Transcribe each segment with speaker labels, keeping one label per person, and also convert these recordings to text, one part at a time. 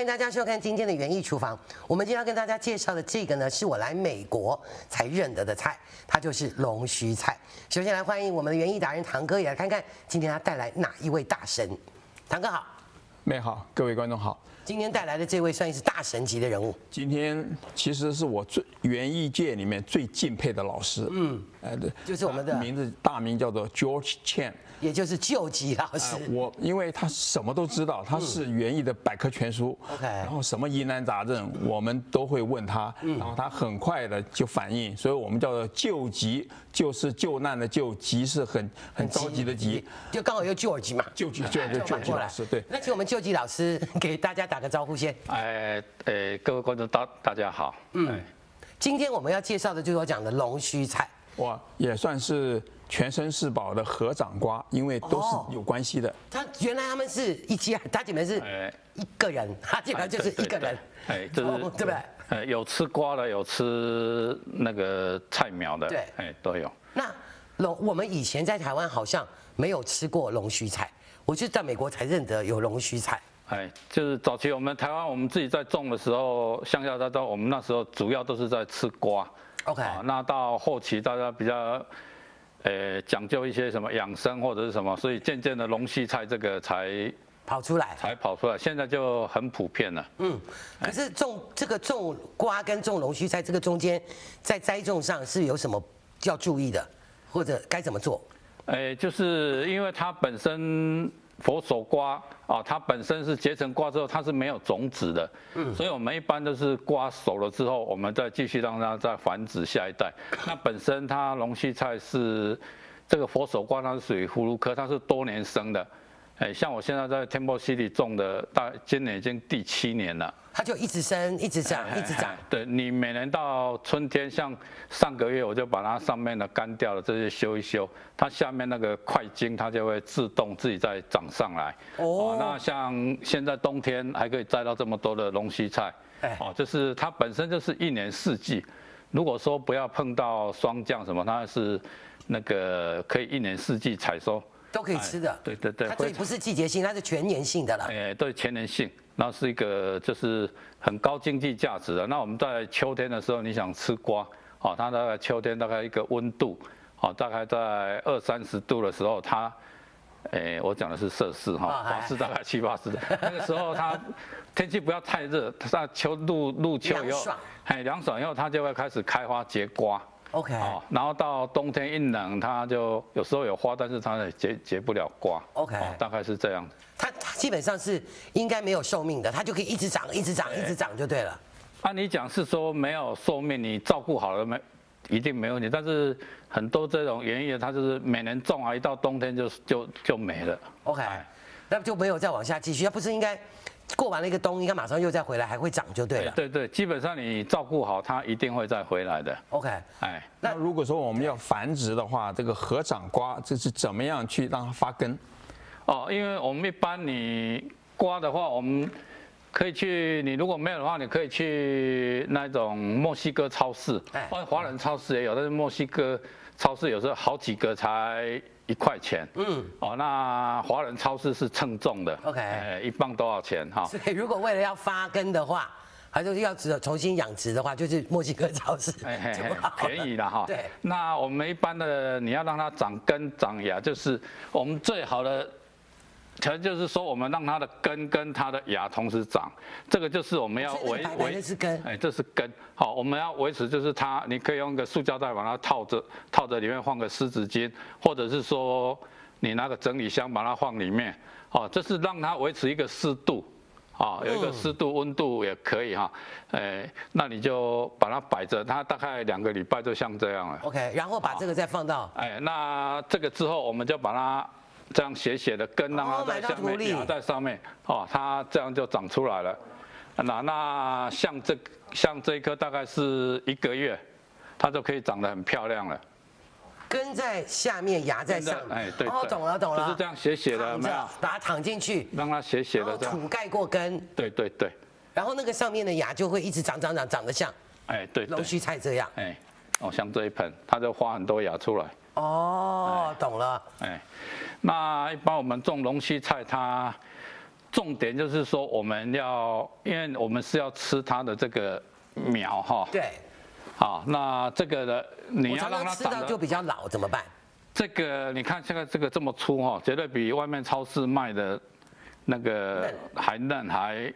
Speaker 1: 迎大家收看今天的园艺厨房。我们今天要跟大家介绍的这个呢，是我来美国才认得的菜，它就是龙须菜。首先来欢迎我们的园艺达人堂哥，也来看看今天他带来哪一位大神。堂哥好，
Speaker 2: 妹好，各位观众好。
Speaker 1: 今天带来的这位算是大神级的人物，
Speaker 2: 今天其实是我最园艺界里面最敬佩的老师，嗯，哎对，
Speaker 1: 就是我们的
Speaker 2: 他名字大名叫做 George Chen，
Speaker 1: 也就是救急老师
Speaker 2: 呃。我因为他什么都知道，他是园艺的百科全书。
Speaker 1: OK
Speaker 2: 然后什么疑难杂症，我们都会问他，
Speaker 1: 嗯
Speaker 2: 然后他很快的就反应，所以我们叫做救急，救是救难的救，急是很很着急的急，，
Speaker 1: 就刚好有 George 嘛，啊
Speaker 2: 救急救
Speaker 1: 哎
Speaker 2: 急救急老师，对，
Speaker 1: 那请我们救急老师给大家打个招呼先。
Speaker 3: 哎哎，各位观众大大家好，嗯，
Speaker 1: 今天我们要介绍的就是我讲的龙须菜，
Speaker 2: 我也算是全身是宝的合掌瓜，因为都
Speaker 1: 哦
Speaker 2: 是有关系的。
Speaker 1: 他原来他们是一家，他姐妹是
Speaker 3: 哎
Speaker 1: 一个人，他基本上就是一个人，
Speaker 3: 哎，这
Speaker 1: 哦
Speaker 3: 是
Speaker 1: 对不对？
Speaker 3: 哎，有吃瓜的，有吃那个菜苗的，
Speaker 1: 对
Speaker 3: 哎，都有。
Speaker 1: 那龙，我们以前在台湾好像没有吃过龙须菜，我就在美国才认得有龙须菜。
Speaker 3: 哎，就是早期我们台湾我们自己在种的时候，乡下大家我们那时候主要都是在吃瓜。
Speaker 1: OK
Speaker 3: 哦那到后期大家比较，呃，讲究一些什么养生或者是什么，所以渐渐的龙须菜这个才
Speaker 1: 跑出来，
Speaker 3: 才跑出来，现在就很普遍了。
Speaker 1: 嗯，
Speaker 3: 哎
Speaker 1: 可是种这个种瓜跟种龙须菜这个中间，在栽种上是有什么要注意的，或者该怎么做？
Speaker 3: 哎，就是因为它本身佛手瓜啊，它本身是结成瓜之后，它是没有种子的，嗯，所以我们一般都是瓜熟了之后，我们再继续让它再繁殖下一代。那本身它龙须菜是这个佛手瓜，它是属于葫芦科，它是多年生的。哎，像我现在在 Temple City 种的，大今年已经第七年了。
Speaker 1: 它就一直生，一直长，一直长
Speaker 3: 哎。对你每年到春天，像上个月我就把它上面的干掉了这些修一修，它下面那个块茎它就会自动自己再长上来。
Speaker 1: 哦
Speaker 3: 哦，那像现在冬天还可以摘到这么多的龙须菜
Speaker 1: 哎，
Speaker 3: 哦，就是它本身就是一年四季。如果说不要碰到霜降什么，它是那个可以一年四季采收。
Speaker 1: 都可以吃的
Speaker 3: 哎。对对对
Speaker 1: 它所以
Speaker 3: 会哎
Speaker 1: 不是季节性，它是全年性的了。
Speaker 3: 诶、对全年性，那是一个就是很高经济价值啊的。那我们在秋天的时候，你想吃瓜，哦，它大概秋天大概一个温度，哦，大概在二三十度的时候，它，诶、我讲的是摄氏哈，
Speaker 1: 啊哎
Speaker 3: 华氏大概七八十度，那个时候它天气不要太热，它秋入入秋以
Speaker 1: 凉
Speaker 3: 后
Speaker 1: 爽，
Speaker 3: 哎，凉爽以后它就会开始开花结瓜。
Speaker 1: OK，
Speaker 3: 哦，然后到冬天一冷，它就有时候有花，但是它也结结不了瓜。
Speaker 1: OK
Speaker 3: 哦大概是这样。
Speaker 1: 它它基本上是应该没有寿命的，它就可以一直长，一直长，一直长就对了。
Speaker 3: 按理啊讲是说没有寿命，你照顾好了没，一定没问题。但是很多这种园艺的，它就是每年种啊，一到冬天就 就就没了。
Speaker 1: OK，
Speaker 3: 哎
Speaker 1: 那就没有再往下继续。它不是应该过完了一个冬，应该马上又再回来，还会长就对了。啊
Speaker 3: 哎对对，基本上你照顾好它，一定会再回来的。
Speaker 1: OK，
Speaker 3: 哎，
Speaker 1: 那
Speaker 2: 那如果说我们要繁殖的话，这个合掌瓜这是怎么样去让它发根？
Speaker 3: 哦，因为我们一般你刮的话，我们可以去，你如果没有的话，你可以去那种墨西哥超市
Speaker 1: 哎，
Speaker 3: 或者华人超市也有，但是墨西哥超市有时候好几个才一块钱。嗯，哦，那华人超市是称重的
Speaker 1: OK
Speaker 3: 哎一磅多少钱？哈、
Speaker 1: 所以如果为了要发根的话，还是要只重新养殖的话，就是墨西哥超市
Speaker 3: 哎嘿
Speaker 1: 就
Speaker 3: 嘿
Speaker 1: 不好了
Speaker 3: 便宜了哈。
Speaker 1: 对，
Speaker 3: 那我们一般的你要让它长根长芽，就是我们最好的。条件就是说，我们让它的根跟它的芽同时长，这个就是我们要
Speaker 1: 哦所以
Speaker 3: 维
Speaker 1: 那个白白的
Speaker 3: 维
Speaker 1: 是根
Speaker 3: 哎，这是根。好，我们要维持就是它，你可以用一个塑胶袋把它套着，套着里面放个湿纸巾，或者是说你拿个整理箱把它放里面。哦，这是让它维持一个湿度，啊、有一个湿度、温度也可以哈。哎，那你就把它摆着，它大概两个礼拜就像这样了。
Speaker 1: OK，然后把这个再放到
Speaker 3: 哎，那这个之后我们就把它这样斜斜的根，让它在下
Speaker 1: 埋哦到土里
Speaker 3: 面啊压在上面，哦，它这样就长出来了。那那像这像这一颗大概是一个月，它就可以长得很漂亮了。
Speaker 1: 根在下面，芽在上
Speaker 3: 根。
Speaker 1: 面。
Speaker 3: 在哎对
Speaker 1: 哦，
Speaker 3: 对
Speaker 1: 懂了懂了。
Speaker 3: 就是这样斜斜的
Speaker 1: 躺
Speaker 3: 没
Speaker 1: 着
Speaker 3: 有
Speaker 1: 把它躺进去，
Speaker 3: 让它斜斜
Speaker 1: 然后
Speaker 3: 的这样，
Speaker 1: 哦土盖过根，
Speaker 3: 对对对，
Speaker 1: 然后那个上面的芽就会一直长长长，长得像
Speaker 3: 哎对对
Speaker 1: 龙，须菜这样。
Speaker 3: 哎，哦像这一盆，它就花很多芽出来。
Speaker 1: 哦，懂了。
Speaker 3: 哎哎，那一般我们种龙须菜，它重点就是说我们要，因为我们是要吃它的这个苗哈，
Speaker 1: 对，
Speaker 3: 好，那这个的你
Speaker 1: 我
Speaker 3: 要
Speaker 1: 常
Speaker 3: 让
Speaker 1: 常
Speaker 3: 它
Speaker 1: 吃
Speaker 3: 长
Speaker 1: 到
Speaker 3: 得
Speaker 1: 就比较老，怎么办？
Speaker 3: 这个你看现在这个这么粗哈、哦，绝对比外面超市卖的那个
Speaker 1: 嫩
Speaker 3: 还嫩还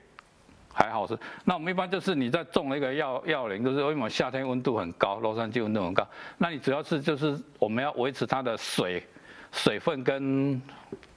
Speaker 3: 还好吃。那我们一般就是你在种了一个药药龄，就是因为我们夏天温度很高，洛杉矶温度很高，那你主要是就是我们要维持它的水水分跟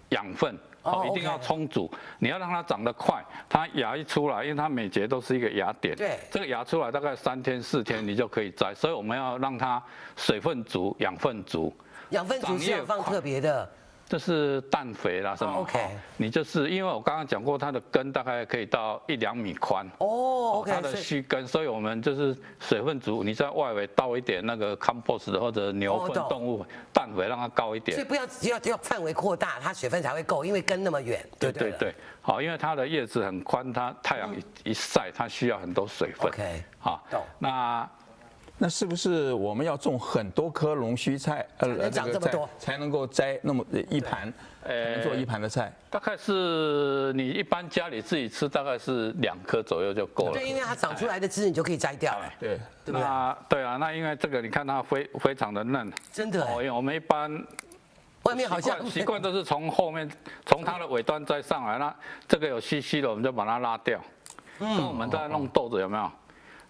Speaker 3: 养分。
Speaker 1: 哦
Speaker 3: 哦，一定要
Speaker 1: OK
Speaker 3: 充足。你要让它长得快，它芽一出来，因为它每节都是一个芽点，
Speaker 1: 对
Speaker 3: 这个芽出来大概三天四天你就可以摘，所以我们要让它水分足、养分足。
Speaker 1: 养分足是要放特别的，
Speaker 3: 这是氮肥啦，什么、
Speaker 1: 哦，OK
Speaker 3: 你就是因为我刚刚讲过，它的根大概可以到一两米宽。
Speaker 1: 哦
Speaker 3: 它
Speaker 1: ，OK，
Speaker 3: 的
Speaker 1: 所以
Speaker 3: 须根，所以我们就是水分足，你在外围倒一点那个 compost 的或者牛
Speaker 1: 哦
Speaker 3: 粪、
Speaker 1: 懂
Speaker 3: 动物氮肥，让它高一点
Speaker 1: 所以。不要要要范围扩大，它水分才会够，因为根那么远，
Speaker 3: 对
Speaker 1: 对嗯
Speaker 3: 对对，好，因为它的叶子很宽，它太阳一一晒，它需要很多水分。
Speaker 1: ，OK，
Speaker 3: 好
Speaker 1: 懂，
Speaker 3: 那
Speaker 2: 那是不是我们要种很多棵龙须菜，
Speaker 1: 才
Speaker 2: 呃
Speaker 1: 能长
Speaker 2: 个
Speaker 1: 这么
Speaker 2: 菜
Speaker 1: 多
Speaker 2: 才能够摘那么一盘，
Speaker 3: 呃
Speaker 2: 才能做一盘的菜？
Speaker 3: 大概是你一般家里自己吃，大概是两颗左右就够了。哎
Speaker 1: 对，因为它长出来的枝你就可以摘掉了，
Speaker 2: 对，
Speaker 1: 对不对？
Speaker 3: 那对啊，那因为这个你看它非非常的嫩，
Speaker 1: 真的欸
Speaker 3: 哦，因为我们一般
Speaker 1: 外面好
Speaker 3: 习
Speaker 1: 像
Speaker 3: 惯习惯都是从后面从它的尾端摘上来，那这个有须须的我们就把它拉掉。嗯，那我们在弄豆子有没有？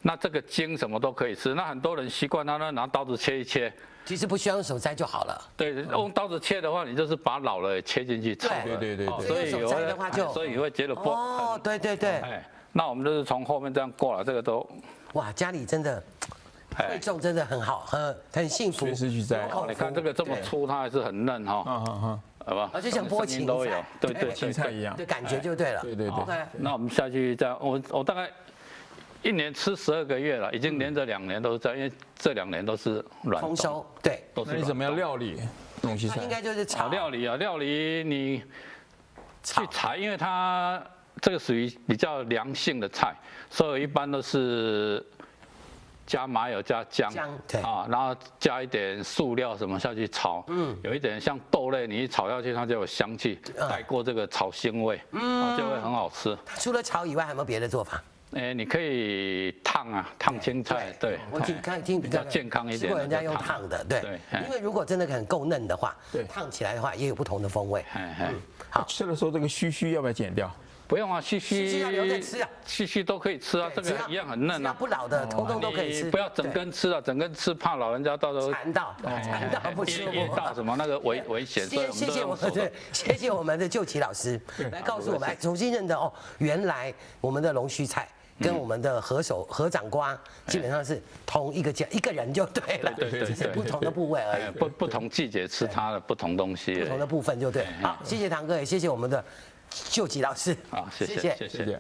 Speaker 3: 那这个茎什么都可以吃，那很多人习惯他呢拿刀子切一切，
Speaker 1: 其实不需要用手摘就好了。
Speaker 3: 对，用刀子切的话，你就是把老了也切进去炒了，
Speaker 2: 对对对对
Speaker 3: 哦
Speaker 2: 对
Speaker 3: 所以
Speaker 1: 所以用
Speaker 3: 有哎
Speaker 1: 手摘的话就
Speaker 3: 所以会觉得不，
Speaker 1: 哦，对对对，
Speaker 3: 哎，那我们就是从后面这样过来，这个都，
Speaker 1: 哇，家里真的会
Speaker 3: 哎，
Speaker 1: 种真的很好，很很幸福
Speaker 2: 随。时去摘。
Speaker 1: 口
Speaker 3: 你看这个这么
Speaker 1: 对
Speaker 3: 粗，它还是很嫩哈，
Speaker 2: 嗯嗯嗯，
Speaker 3: 好吧？
Speaker 1: 啊就像剥
Speaker 3: 声音
Speaker 1: 芹
Speaker 3: 都有
Speaker 1: 菜，
Speaker 3: 对
Speaker 1: 哎
Speaker 3: 对对，
Speaker 2: 芹菜一样
Speaker 1: 的。感觉就对
Speaker 3: 哎
Speaker 1: 了。
Speaker 2: 对对
Speaker 1: 好
Speaker 2: 对，
Speaker 1: ，OK
Speaker 3: 那我们下去这样，我我大概一年吃十二个月了，已经连着两年都是这样，因为这两年都是软
Speaker 1: 丰
Speaker 3: 冬，
Speaker 1: 收，对，
Speaker 3: 都是
Speaker 2: 那你怎么样
Speaker 3: 料
Speaker 2: 料理龙须
Speaker 1: 它
Speaker 2: 菜
Speaker 1: 应？该就是
Speaker 3: 炒
Speaker 1: 炒
Speaker 3: 料理啊？料理你去
Speaker 1: 炒
Speaker 3: 采，因为它这个属于比较凉性的菜，所以一般都是加麻油加姜，
Speaker 1: 姜对
Speaker 3: 啊，然后加一点塑料什么下去炒，嗯，有一点像豆类，你一炒下去它就有香气，
Speaker 1: 嗯
Speaker 3: 带过这个炒腥味，嗯，就会很好吃。
Speaker 1: 除了炒以外，还有没有别的做法？
Speaker 3: 哎、你可以烫啊，烫青菜，对，
Speaker 1: 哦我
Speaker 3: 烫
Speaker 1: 听看听
Speaker 3: 比较健康一点的
Speaker 1: 吃过人家
Speaker 3: 就
Speaker 1: 用
Speaker 3: 烫
Speaker 1: 烫的，对
Speaker 3: 对，哎
Speaker 1: 因为如果真的很够嫩的话
Speaker 2: 对，
Speaker 1: 烫起来的话也有不同的风味。
Speaker 3: 哎哎，
Speaker 1: 好，
Speaker 2: 吃的时候这个须须要不要剪掉？
Speaker 3: 不用啊，须
Speaker 1: 须须
Speaker 3: 须
Speaker 1: 要留着吃啊
Speaker 3: 须须都可以吃啊，这
Speaker 1: 对
Speaker 3: 个一样很嫩
Speaker 1: 只要
Speaker 3: 啊
Speaker 1: 不，老的，通通都可以
Speaker 3: 你
Speaker 1: 吃，
Speaker 3: 不要整根吃啊，整根吃怕老人家到时候
Speaker 1: 对馋到，
Speaker 3: 哎
Speaker 1: 馋到不舒
Speaker 3: 噎噎到
Speaker 1: 服。
Speaker 3: 什么那个危危险，所以
Speaker 1: 谢
Speaker 3: 我们
Speaker 1: 谢谢我们
Speaker 3: 都用手的
Speaker 1: 的，谢谢我们的救奇老师来告诉我们，来重新认得哦，原来我们的龙须菜跟我们的合手合掌瓜基本上是同一个家一个人就对了，
Speaker 3: 对对对
Speaker 1: 只是
Speaker 3: 对
Speaker 1: 不同的部位而已
Speaker 3: 哎。不不同季节吃它的不同东西
Speaker 1: 不同的部分就对。好，谢谢堂哥，也谢谢我们的救急老师。
Speaker 3: 啊，谢谢谢
Speaker 2: 谢
Speaker 3: 谢。
Speaker 2: 谢。